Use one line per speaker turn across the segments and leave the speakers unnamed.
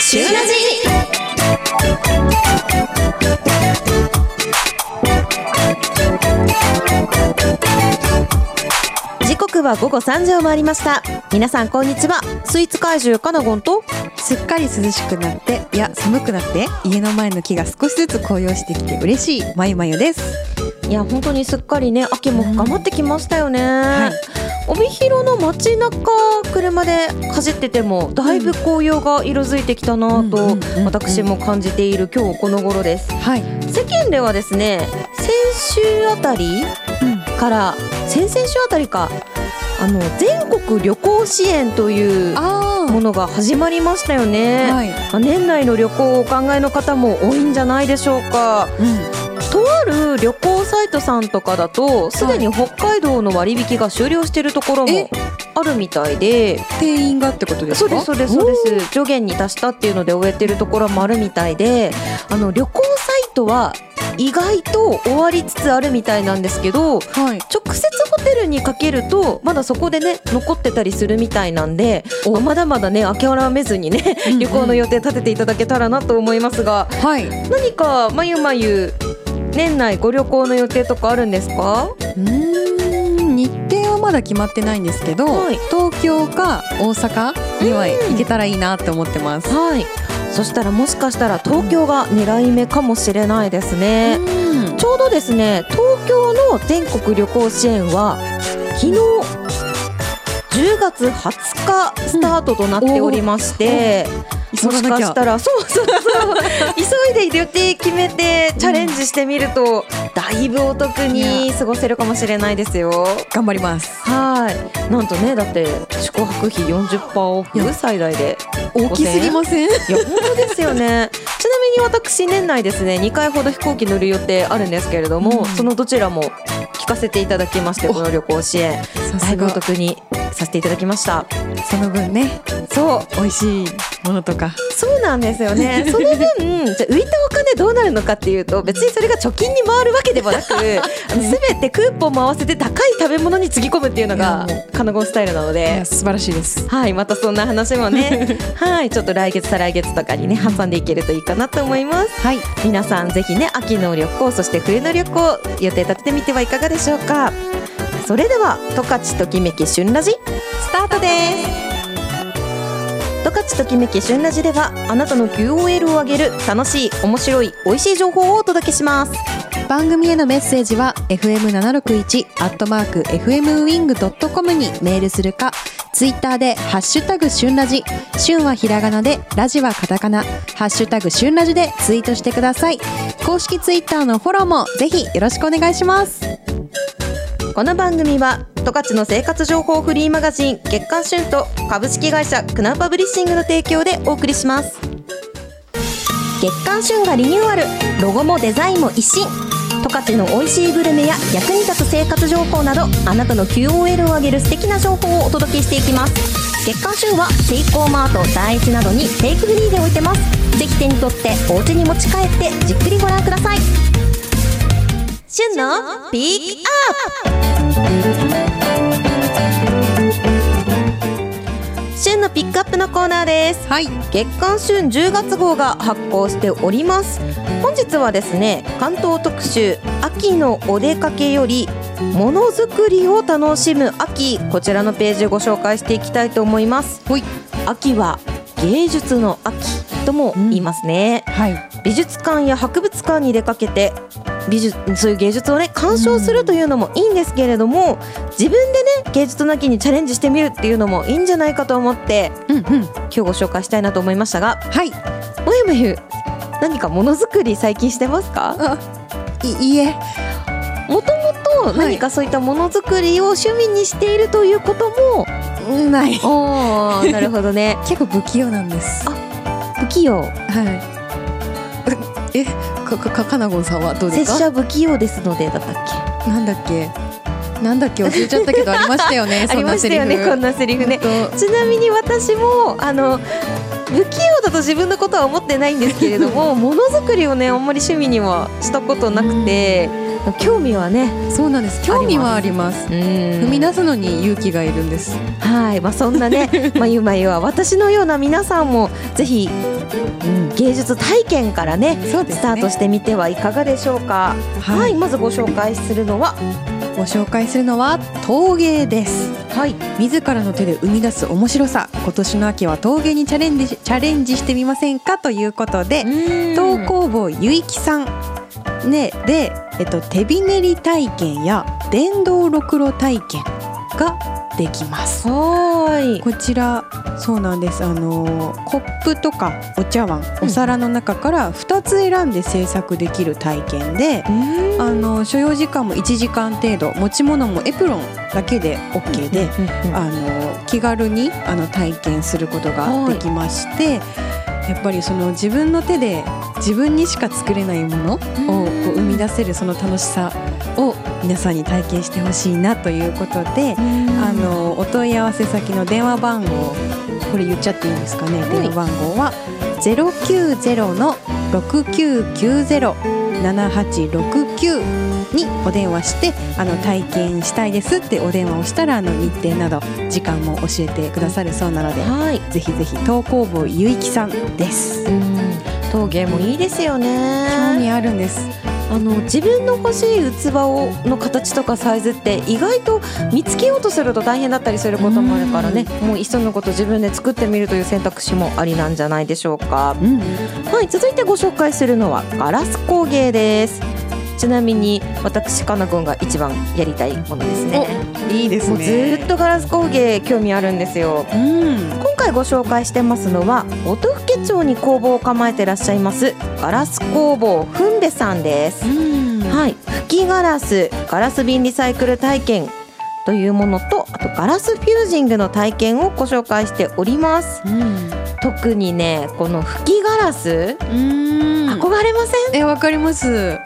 週ラジ
時刻は午後3時を回りました皆さんこんにちはスイーツ怪獣かなゴンと
すっかり涼しくなっていや寒くなって家の前の木が少しずつ紅葉してきて嬉しいまゆまゆです
いや本当にすっかりね秋も深まってきましたよね、
い
帯広の街中車で走っててもだいぶ紅葉が色づいてきたな
うんうんう
と
んうん
私も感じている今日この頃です
はい、
世間ではですね先週あたりから先々週あたりかあの全国旅行支援という
あ
ものが始まりましたよね、
はい、
まあ年内の旅行をお考えの方も多いんじゃないでしょうか
うん、
とある旅行サイトさんとかだとすでに北海道の割引が終了しているところ
え
もあるみたいで
定員がってことです
そう
か
ですそうですそうです上限に達したっていうので終えてるところもあるみたいであの旅行サイトは意外と終わりつつあるみたいなんですけど
おーはい
直接ホテルにかけるとまだそこでね残ってたりするみたいなんでまあまだまだね諦めずにね
うんうん
旅行の予定立てていただけたらなと思いますが、
はい、う
何かまゆまゆ年内ご旅行の予定とかあるんですか？
ーん日程はまだ決まってないんですけど、
はい
東京か大阪には
うん
行けたらいいなって思ってます、
はい。そしたらもしかしたら東京が狙い目かもしれないですね。
うん
ちょうどですね東京の全国旅行支援は昨日10月20日スタートとなっておりまして、
急
も
が
し
な
か
きゃ
したらそうそうそう急いで予定決めてチャレンジしてみると、だいぶお得に過ごせるかもしれないですよ。
頑張ります
はいなんとねだって宿泊費40%オ
い
フ
や
最大で
大きすぎません
いや本当ですよねちなみに私年内ですね2回ほど飛行機乗る予定あるんですけれども、
うん
そのどちらも聞かせていただきまして
お
この旅行支援
さ
だい
す
ぶお
が
得にさせていただきました
その分ね
そう
美味しいものとか
そうなんですよ ねその分じゃあ浮いたお金どうなるのかっていうと別にそれが貯金に回るわけでも なくあの全てクーポンも合わせて高い食べ物につぎ込むっていうのが
いやも
カナゴンスタイルなの
い
で
や素晴らしいです
はい、またそんな話も ね、はい、ちょっと来月再来月とかにね、挟んでいけるといいかなと思います。
はい
皆さん、ぜひね、秋の旅行、そして冬の旅行、予定立ててみてはいかがでしょうか。それでは、十勝ときめき旬ラジ、スタートです。十勝ときめき旬ラジでは、あなたの QOL を上げる、楽しい、面白い、美味しい情報をお届けします。
番組へのメッセージは fm761 アットマーク fmwing.com にメールするかツイッターでハッシュタグ旬ラジ旬はひらがなでラジはカタカナハッシュタグ旬ラジでツイートしてください公式ツイッターのフォローもぜひよろしくお願いします
この番組は十勝の生活情報フリーマガジン月刊旬と株式会社クナパブリッシングの提供でお送りします月刊旬がリニューアルロゴもデザインも一新十勝の美味しいグルメや役に立つ生活情報などあなたの QOL を上げる素敵な情報をお届けしていきます月刊旬はセイコーマート第一などにテイクフリーで置いてますぜひ手に取ってお家に持ち帰ってじっくりご覧ください旬のピックアップ旬のピックアップのコーナーです
はい
月刊旬10月号が発行しております本日はですね関東特集秋のお出かけよりものづくりを楽しむ秋こちらのページをご紹介していきたいと思います
ほい
秋は芸術の秋とも言いますね、
はい
美術館や博物館に出かけて美術そういう芸術をね鑑賞するというのもいいんですけれども、自分でね芸術の秋にチャレンジしてみるっていうのもいいんじゃないかと思って
うんうん
今日ご紹介したいなと思いましたが
はい
もゆもゆ何かものづくり最近してますか
あいいいえ
もともと何かそういったものづくりを趣味にしているということも、
ない結
おーなるほど ね
構不器用なんです
あ不器用
はいえかかかかなごんさんはどうです
拙
か
者不器用ですのでだったっけ
なんだっけなんだっけ忘れちゃったけどありました よね
ありましたよねこんなセリフね
本
ちなみに私もあの不器用だと自分の ことは思ってないんですけれどもものづくりをねあんまり趣味にはしたことなくて興味はね、
そうなんです興味はあります
踏
踏み出すのに勇気がいるんです
はい、まあ、そんな ね、まゆまゆは私のような皆さんもぜひ、うん、芸術体験からね。
そう
スタートしてみてはいかがでしょうか。はい、
はい
まずご紹介するのは、
ご紹介するのは陶芸です
はい、
自らの手で生み出す面白さ今年の秋は陶芸にチャレンジチャレンジしてみませんかということで陶工房ゆいきさん、ね、で、えっと、手びねり体験や電動ろくろ体験ができます
はーい、
こちらそうなんですあのーコップとかお茶碗
うん
お皿の中から2つ選んで制作できる体験で、
うん
あの所要時間も1時間程度持ち物もエプロンだけで OK で、
うん
あの気軽にあの体験することができまして、やっぱりその自分の手で自分にしか作れないものをこう生み出せるその楽しさを皆さんに体験してほしいなということで、あのお問い合わせ先の電話番号これ言っちゃっていいんですかね、
い
電話番号は090の6990 7869にお電話してあの体験したいですってお電話をしたらあの日程など時間も教えてくださるそうなので
はい、
ぜひぜひ投稿部ゆいきさんです
うん陶芸もいいですよ
興
ね。
味あるんです
あの自分の欲しい器をの形とかサイズって意外と見つけようとすると大変だったりすることもあるからね、もういっそのこと自分で作ってみるという選択肢もありなんじゃないでしょうか。
うん
はい、続いてご紹介するのはガラス工芸です。ちなみに私かなくんが一番やりたいものですね。
いいです
もうずーっとガラス工芸興味あるんですよ。
うん
今回ご紹介してますのは音更町に工房を構えてらっしゃいますガラス工房ふんべさんです、
うん
はい吹きガラスガラス瓶リサイクル体験というものとあとガラスフュージングの体験をご紹介しております
うん
特にねこの吹きガラス
うん
憧れません、
えわかります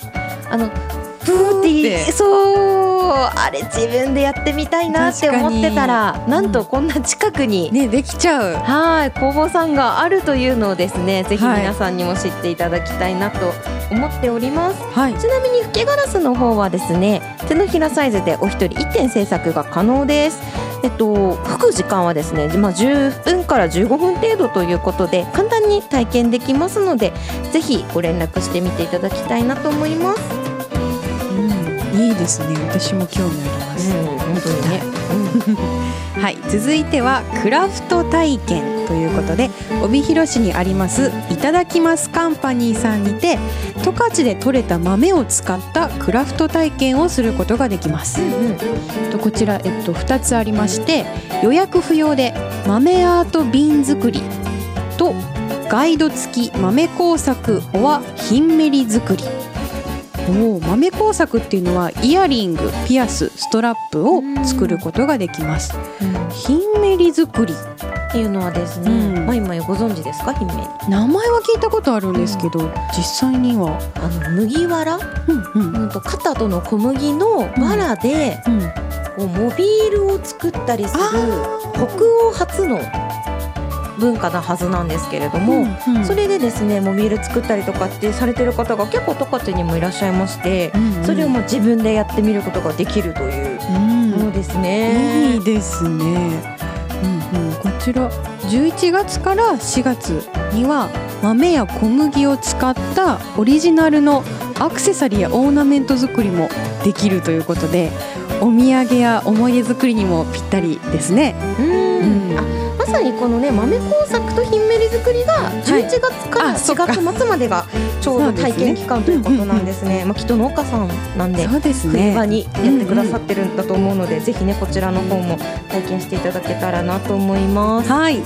あのふーって
ふーって
そうあれ自分でやってみたいなって思ってたら
に
なんとこんな近くに
ねできちゃう
はい、工房さんがあるというのをですね、ぜひ
はい
皆さんにも知っていただきたいなと思っております。
はい
ちなみに吹きガラスの方はですね、手のひらサイズでお一人1点制作が可能です。えっと、吹く時間はですね、まあ、10分から15分程度ということで簡単に体験できますのでぜひご連絡してみていただきたいなと思います。
うんいいですね私も興味あります
本当にね、
はい、続いてはクラフト体験ということで帯広市にありますいただきますカンパニーさんにて十勝で採れた豆を使ったクラフト体験をすることができますとこちら、えっと、2つありまして予約不要で豆アート瓶作りとガイド付き豆工作おわひんめり作りおー豆工作っていうのはイヤリングピアスストラップを作ることができますひんめり作り
っていうのはですね、
うん
まゆまゆご存知ですか姫
名前は聞いたことあるんですけど実際には
あの麦わら
うんうん
うんと肩との小麦のわらで、
うん
こうモビールを作ったりする北欧初の文化なはずなんですけれども、
うんうん
それでですねモビール作ったりとかってされてる方が結構十勝にもいらっしゃいまして、
うんうん
それをもう自分でやってみることができるという
うん
ものです
い
ね。
いですねうんうんこちら11月から4月には豆や小麦を使ったオリジナルのアクセサリーやオーナメント作りもできるということでお土産や思い出作りにもぴったりですね。
うん
うん
あまさにこのね豆工作とひんめり作りが11月から
あそ
4
っか
月末までがちょうど体験期間ということなんですね。まあきっと農家さんなんで
そうです
冬場
ね。
にやってくださってるんだと思うので、ぜひねこちらの方も体験していただけたらなと思います。
はい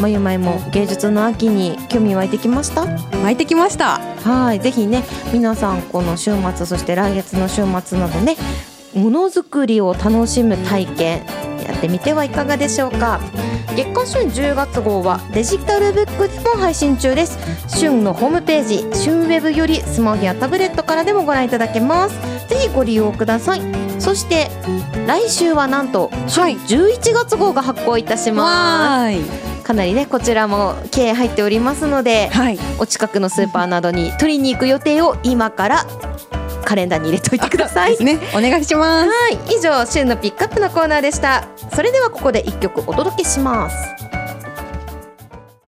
まゆまゆも芸術の秋に興味湧いてきました。
巻いてきました。
はい、ぜひね皆さんこの週末そして来月の週末などねものづくりを楽しむ体験やってみてはいかがでしょうか月刊旬10月号はデジタルブックでも配信中です旬のホームページ旬ウェブよりスマホやタブレットからでもご覧いただけますぜひご利用くださいそして来週はなんと
はい。
11月号が発行いたしま
はい。
すかなりねこちらも経営入っておりますので
はい。
お近くのスーパーなどに取りに行く予定を今から考カレンダーに入れといてください。
ね、お願いします。
はい、以上旬のピックアップのコーナーでした。それではここで一曲お届けします。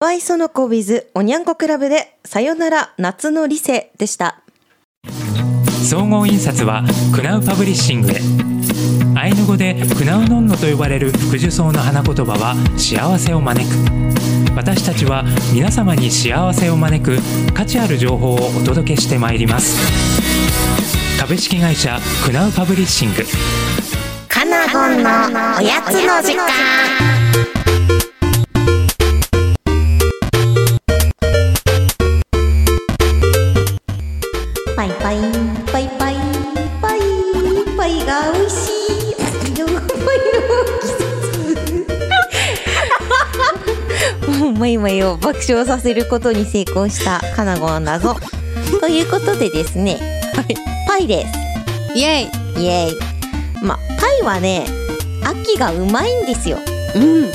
ワイソノコビズおにゃんこクラブでさよなら夏の理性でした。
総合印刷はクナウパブリッシングへアイヌ語でクナウノンノと呼ばれる福寿草の花言葉は幸せを招く私たちは皆様に幸せを招く価値ある情報をお届けしてまいります株式会社クナウパブリッシング
かなごんのおやつの時間
パイパイパイパイパイパイが美味しい。パイの季節。もうマイマイを爆笑させることに成功したカナゴンだぞ。ということでですね。パイです。
イエイ。
イエーイまあパイはね秋がうまいんですよ
うん。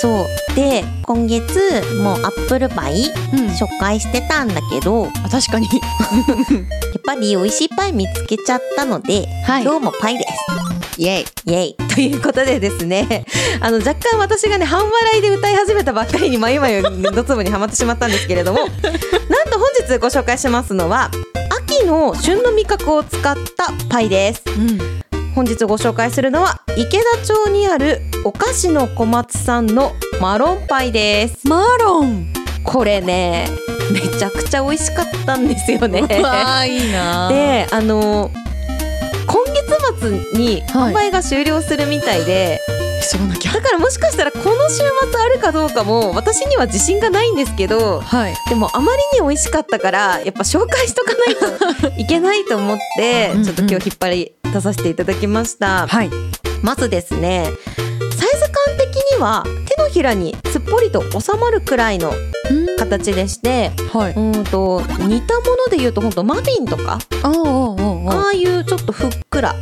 そうで今月もうアップルパイ
うん。
紹介してたんだけどや
あ確かに。
っぱり美味しいパイ見つけちゃったので、
はい
今日もパイです
イエイ。
イエイ ということでですね あの若干私がね半笑いで歌い始めたばっかりにまゆまゆのつぼにはまってしまったんですけれど もなんと本日ご紹介しますのは秋の旬の味覚を使ったパイです
うん。
本日ご紹介するのは池田町にあるお菓子の小松さんのマロンパイです
マロン。
これねめちゃくちゃ美味しかったんですよね
わあいいな。、
であの今月末に
は
販
い
売が終了するみたいで、
そうなきゃ。
だからもしかしたらこの週末あるかどうかも私には自信がないんですけど
はい。
でもあまりに美味しかったからやっぱ紹介しとかないといけないと思って
うんうん
ちょっと今日引っ張り出させていただきました。
はい。
まずですねサイズ感的には手のひらにすっぽりと収まるくらいの形でして
はい。
うーんと似たもので言うとほんとマフィンとか
ああおうおうおう。
ああいうちょっとふっくら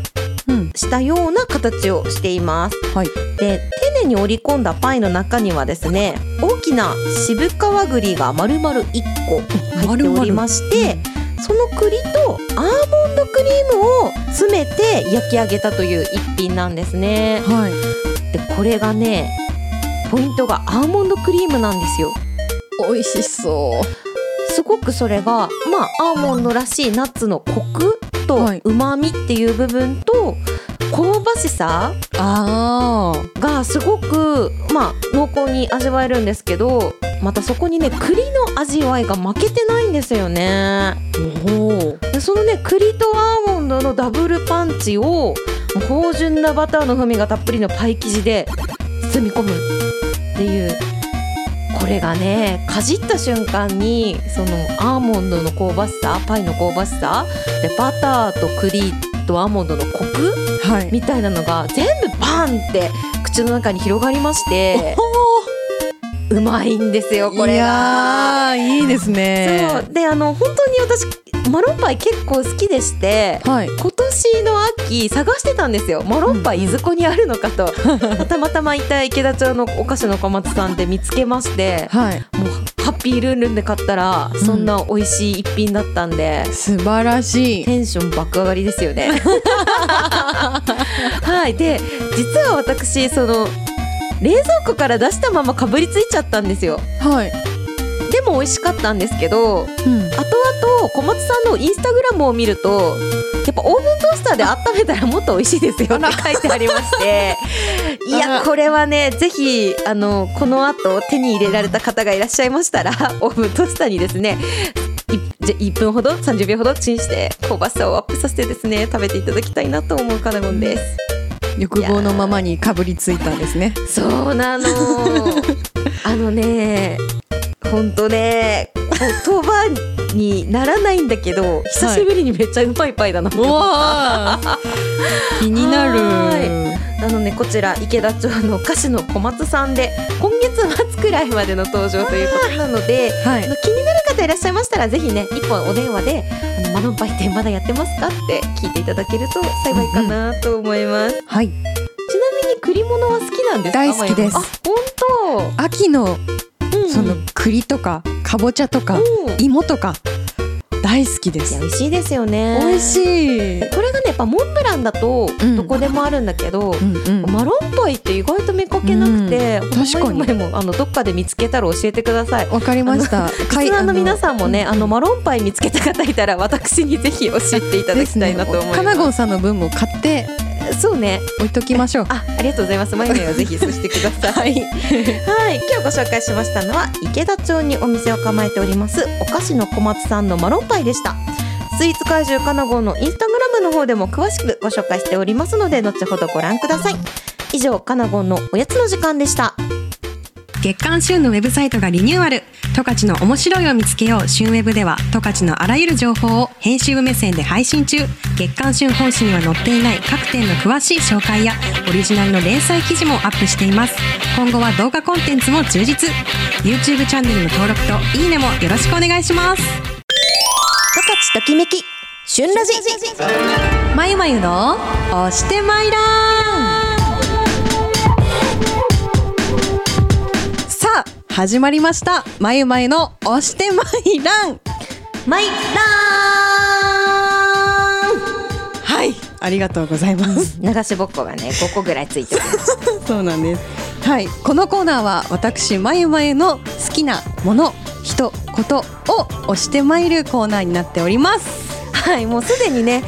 うん。
したような形をしています。
はい。
で丁寧に折り込んだパイの中にはですね大きな渋皮栗が丸々1個入っておりましてその栗とアーモンドクリームを詰めて焼き上げたという一品なんですね。
はい。
でこれがねポイントがアーモンドクリームなんですよ
美味しそ
すごくそれがまあアーモンドらしいナッツのコクと
はいう
まみっていう部分と香ばしさ
う。ああ。
がすごくまあ濃厚に味わえるんですけどまたそこにね栗の味わいが負けてないんですよね
おお。
でそのね栗とアーモンドのダブルパンチを芳醇なバターの風味がたっぷりのパイ生地で包み込むっていうこれがねかじった瞬間にそのアーモンドの香ばしさパイの香ばしさでバターと栗とアーモンドのコク
はい。
みたいなのが全部バンって口の中に広がりましてうまいんですよこれ
い
が。
やーいいですね。
そうであの本当に私マロンパイ結構好きでして
はい。
今年の秋探してたんですよマロンパイいずこにあるのかと、 たまたまいた池田町のお菓子の小松さんで見つけまして
はい。
もうハッピールンルンで買ったらそんな美味しい一品だったんで、
素晴らしい。
テンション爆上がりですよね。はいで実は私その冷蔵庫から出したままかぶりついちゃったんですよ
はい。
でも美味しかったんですけど
うん。
後々小松さんのインスタグラムを見るとやっぱオーブントースターで温めたらもっと美味しいですよって書いてありまして い
あ
や
ら
これはねぜひあのこの後手に入れられた方がいらっしゃいましたら オーブントースターにですねいじゃ1分ほど30秒ほどチンして香ばしさをアップさせてですね食べていただきたいなと思うカナゴンです。
欲望のままにかぶりついたんですね。
そうな のあのねほんとね言葉にならないんだけど久しぶりにめっちゃうまいパイだなって思った
わあ気になる。
はなのでこちら池田町の歌手の小松さんで今月末くらいまでの登場ということなので
は
あ
い
の。気になる方いらっしゃいましたらぜひね一本お電話で「あのマロンパイってまだやってますか?」って聞いていただけると幸いかなと思います、
はい。
ちなみに栗物は好きなんですか
大好きです
あ本
秋の
当、うん
その栗とかかぼちゃとか
うん
芋とか大好きで
いや
す
美味しいですよね
美味しい
これがねやっぱモンブランだと
うん
どこでもあるんだけど、
うんうん
マロンパイって意外と見かけなくて、
うん
ほんま
確かに
前もあのどっかで見つけたら教えてください。
わかりました
リスナーの皆さんもね、あの
マ
マロンパイ見つけた方いたら私にぜひ教えていただきたいなと思います。
カナゴンさんの分も買って
そうね。
置いときましょう
あ、ありがとうございます。マイネはぜひそうしてください。はい、今日ご紹介しましたのは池田町にお店を構えておりますお菓子の小松さんのマロンパイでした。スイーツ怪獣かなごのインスタグラムの方でも詳しくご紹介しておりますので後ほどご覧ください。以上かなごのおやつの時間でした。
月刊旬のウェブサイトがリニューアル十勝の面白いを見つけよう旬ウェブでは十勝のあらゆる情報を編集部目線で配信中月刊旬本誌には載っていない各店の詳しい紹介やオリジナルの連載記事もアップしています今後は動画コンテンツも充実 YouTube チャンネルの登録といいねもよろしくお願いします
十勝ときめき旬ラジ。
まゆまゆの押してまいら
さあ始まりましたまゆまゆの押してまいらん
マイラ
はいありがとうございます
ーン。流しぼっこがね5個ぐらいついてる。
そうなんですはいこのコーナーは私まゆまゆの好きなもの人ことを押してまいるコーナーになっております
はい、もうすでに ね、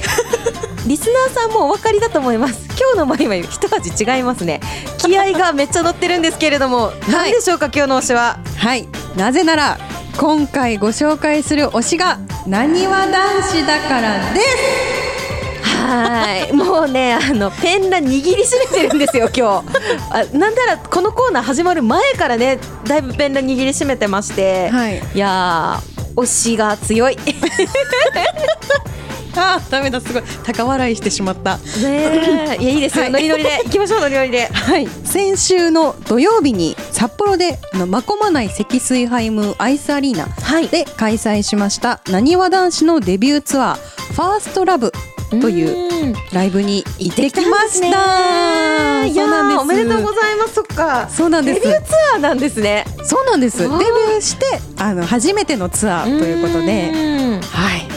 リスナーさんもお分かりだと思います。今日のマイマイ、一味違いますね。気合がめっちゃ乗ってるんですけれども、
い
何でしょうか、今日の推しは。
はいなぜなら今回ご紹介する推しがなにわ男子だからです
はい、もうね、あのペンラ握りしめてるんですよ、今 日。あ、なんなら、このコーナー始まる前からね、だいぶペンラ握りしめてまして。
はい
いやー、推しが強い。
あーダメだすごい高笑いしてしまった
ねえ、 いや、いいですよ、ノリノリで、行きましょう、ノリノリで。
はい、先週の土曜日に札幌であのまこまない積水ハイムアイスアリーナ
はい
で開催しましたなにわ男子のデビューツアー「ファーストラブという
うん。
ライブに行ってきまし
行ってき
た。
い
そ
や
うなんで
ー
す
おめでとうございます。そっか。
そうなんです
デビューツアーなんですね。
そうなんです。デビ
わ
ュ
ー
ーしてあの初めてのツアーということで、
うん
はい、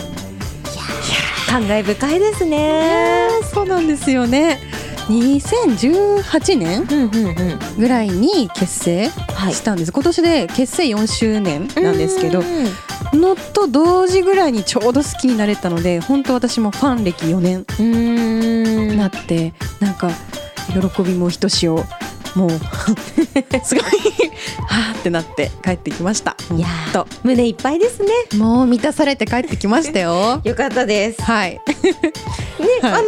感慨深いですね。
そうなんですよね。2018年
うんうんうん。
ぐらいに結成
はい
したんです。今年で結成4周年なんですけど
う、ん
のと同時ぐらいにちょうど好きになれたので本当私もファン歴4年
うん。
になって、なんか喜びもひとしおもう すごいはーってなって帰ってきました
いや
ほん
ー胸いっぱいですね。
ともう満たされて帰ってきましたよ
よかったです。
はい
ね、
は
あ
い
のー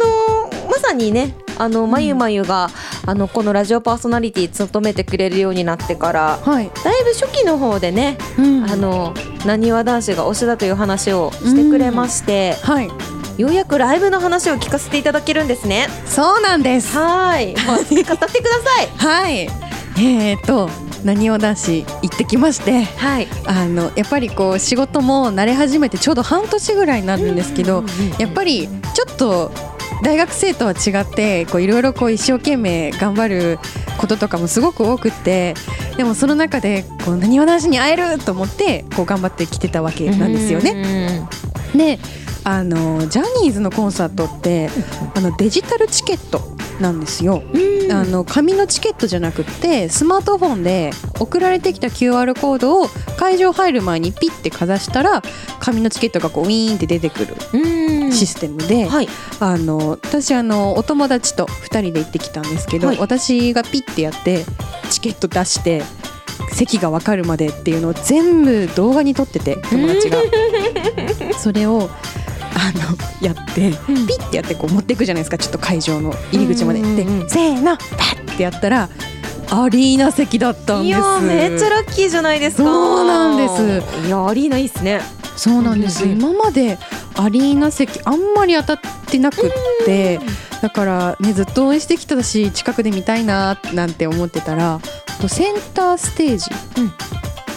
まさにね、あのまゆまゆが、あのこのラジオパーソナリティ務めてくれるようになってから。
はい、
だいぶ初期の方でね、
うん
あのなにわ男子が推しだという話をしてくれまして、
はい
ようやくライブの話を聞かせていただけるんですね。
そうなんです
はーい、もう 語ってください。
はいえー、となにわ男子行ってきまして
はい、
あのやっぱりこう仕事も慣れ始めてちょうど半年ぐらいになるんですけど、やっぱりちょっと大学生とは違ってこういろいろこう一生懸命頑張ることとかもすごく多くってでもその中でこうなにわ男子に会えると思ってこう頑張ってきてたわけなんですよね。
ね。
であのジャニーズのコンサートってあのデジタルチケットなんですよ。あの紙のチケットじゃなくってスマートフォンで送られてきた QR コードを会場入る前にピッてかざしたら紙のチケットがこうウィーンって出てくる
うん
システムで、
はい。
あの私あのお友達と2人で行ってきたんですけど、
はい
私がピッてやってチケット出して席が分かるまでっていうのを全部動画に撮ってて友 達がそれをあのやってピッてやってこう持っていくじゃないですかちょっと会場の入り口まで。
うんうんうん
でせーのパッてやったらアリーナ席だったんです。
いやーめっちゃラッキーじゃないですか。。
そうなんです
いやーアリーナいいっすね。
そうなんです、
うんうんうん
今までアリーナ席あんまり当たってなくって、だからねずっと応援してきたし近くで見たいななんて思ってたらあとセンターステー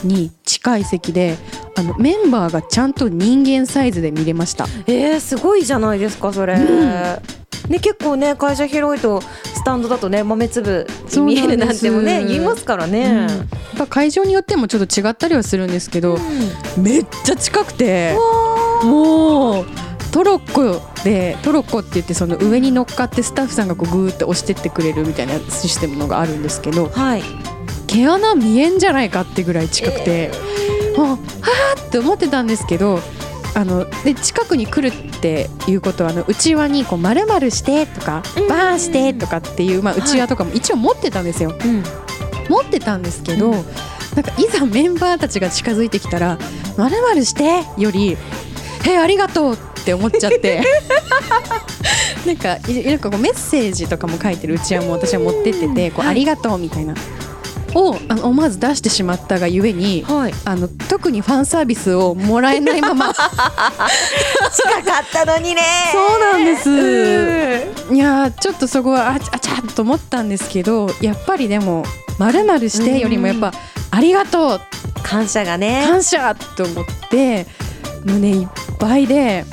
ジに近い席で、あのメンバーがちゃんと人間サイズで見れました
えーすごいじゃないですかそれ。
うん
ね結構ね会社広いとスタンドだとね豆粒に見えるなんても
そうな
ね
んです
言いますから
うん
ね。
やっぱ会場によってもちょっと違ったりはするんですけど、めっちゃ近くて
う
もうトロッコでトロッコって言ってその上に乗っかってスタッフさんがこうグーって押してってくれるみたいなシステムのがあるんですけど
はい
毛穴見えんじゃないかってぐらい近くて、もうはあって思ってたんですけどあので近くに来るっていうことはあの内輪にこう丸々してとか
うん
バーンしてとかっていう、まあ、内輪とかも一応持ってたんですよ、
うん
持ってたんですけど、なんかいざメンバーたちが近づいてきたら「まるまるして」より「えありがとう」って思っちゃってなんかいなんかこうメッセージとかも書いてるうちわも私は持ってってて「こうありがとう」みたいな。をあの思わず出してしまったがゆえに
はい
あの特にファンサービスをもらえないままそ
近かったのにね
うなんです、
うん
いやーちょっとそこはあちあちゃっと思ったんですけどやっぱりでも「まるまるして」よりもやっぱ「ありがとう」
感謝がね
感謝と思って胸いっぱいで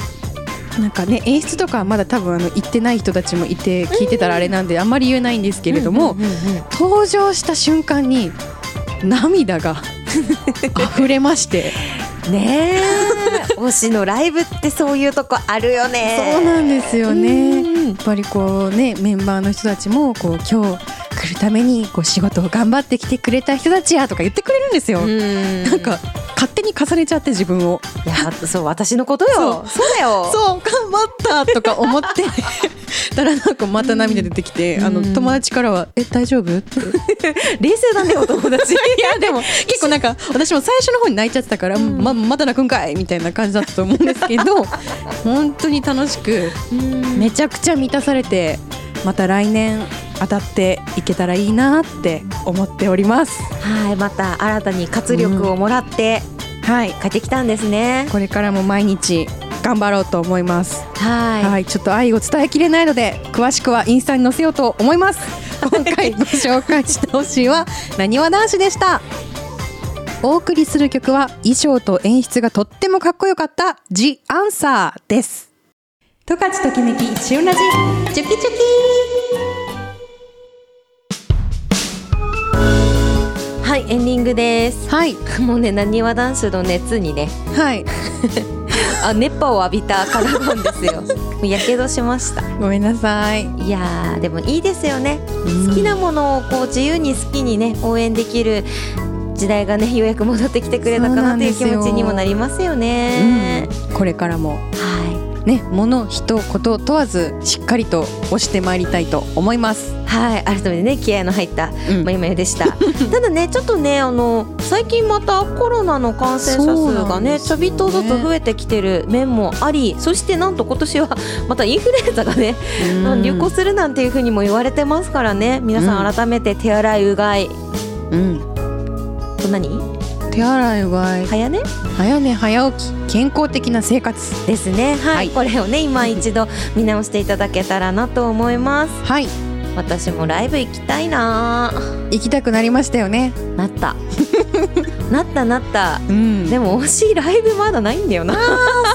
なんかね演出とかはまだ多分あの行ってない人たちもいて聞いてたらあれなんであんまり言えないんですけれども、
うんうんうんうん
登場した瞬間に涙 が溢れまして
ね え推しのライブってそういうとこあるよね
そうなんですよね。
うん
やっぱりこうねメンバーの人たちもこう今日来るためにこう仕事を頑張ってきてくれた人たちやとか言ってくれるんですよ。
うん
なんか勝手に重ねちゃって自分を。
いやそう私のことよそうだよ
そう頑張ったとか思ってたらなんかまた涙出てきて、
うん
あ
う
の
ん
友達からは「え大丈夫?」って
冷静だねお友達
いやでも結構なんか私も最初の方に泣いちゃってたから「ままだ泣くんかい」みたいな感じだったと思うんですけ ど本当に楽しくめちゃくちゃ満たされてまた来年当たっていけたらいいなって思っております。
はいまた新たに活力をもらって
はい
帰ってきたんですね、
これからも毎日頑張ろうと思います。
はい
はい、ちょっと愛を伝えきれないので詳しくはインスタに載せようと思います今回ご紹介してほしいはなにわ男子でしたお送りする曲は衣装と演出がとってもかっこよかった「The Answer」です
十勝ときめき旬ラジ
チュキチュキはいエンディングです
はい
もうねなにわ男子の熱にね
はい
あ熱波を浴びたカラボンです よもうやけどしました
ごめんなさい
いやーでもいいですよね好きなものをこう自由に好きにね応援できる時代がねようやく戻ってきてくれたか
そう
な
なん
とい
で
う
す
気
よ
持ちにもなりますよね。
これからも
は
ね物人こと問わずしっかりと押してまいりたいと思います、
い、はい、改めてね気合の入った
うん
まゆまゆでした ただねちょっとねあの最近またコロナの感染者数
そ
が
うなんで
ねち
す
ょ
よ
び
ね
っとずつ増えてきてる面もありそしてなんと今年は またインフルエンザがね、流行するなんていうふうにも言われてますからね皆さ
うんん
改めて手洗いうがい
うん、
と何
手洗いうがい
早寝
早寝早起き健康的な生活
ですねはい、
はい
これをね今一度見直していただけたらなと思います
はい
私もライブ行きたいな
行きたくなりましたよね。
なった なったなった
うん
でも惜しいライブまだないんだよな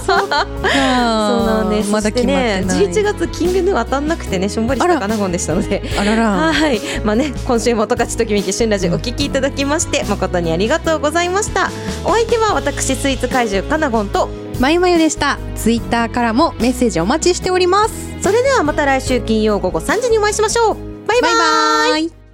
そう
そうな
なん
です
まだ決まって
そ
な
して
い。
ね11月キングヌー当たんなくてねしょんぼりした
あら
カナゴンでしたので
あらら。
はいまあね今週も「十勝ときめき旬ラジオ」お聞きいただきまして誠にありがとうございましたお相手は私スイーツ怪獣カナゴンと
まゆまゆでした。ツイッターからもメッセージお待ちしております。
それではまた来週金曜午後3時にお会いしましょうバイバイ
バイバイ。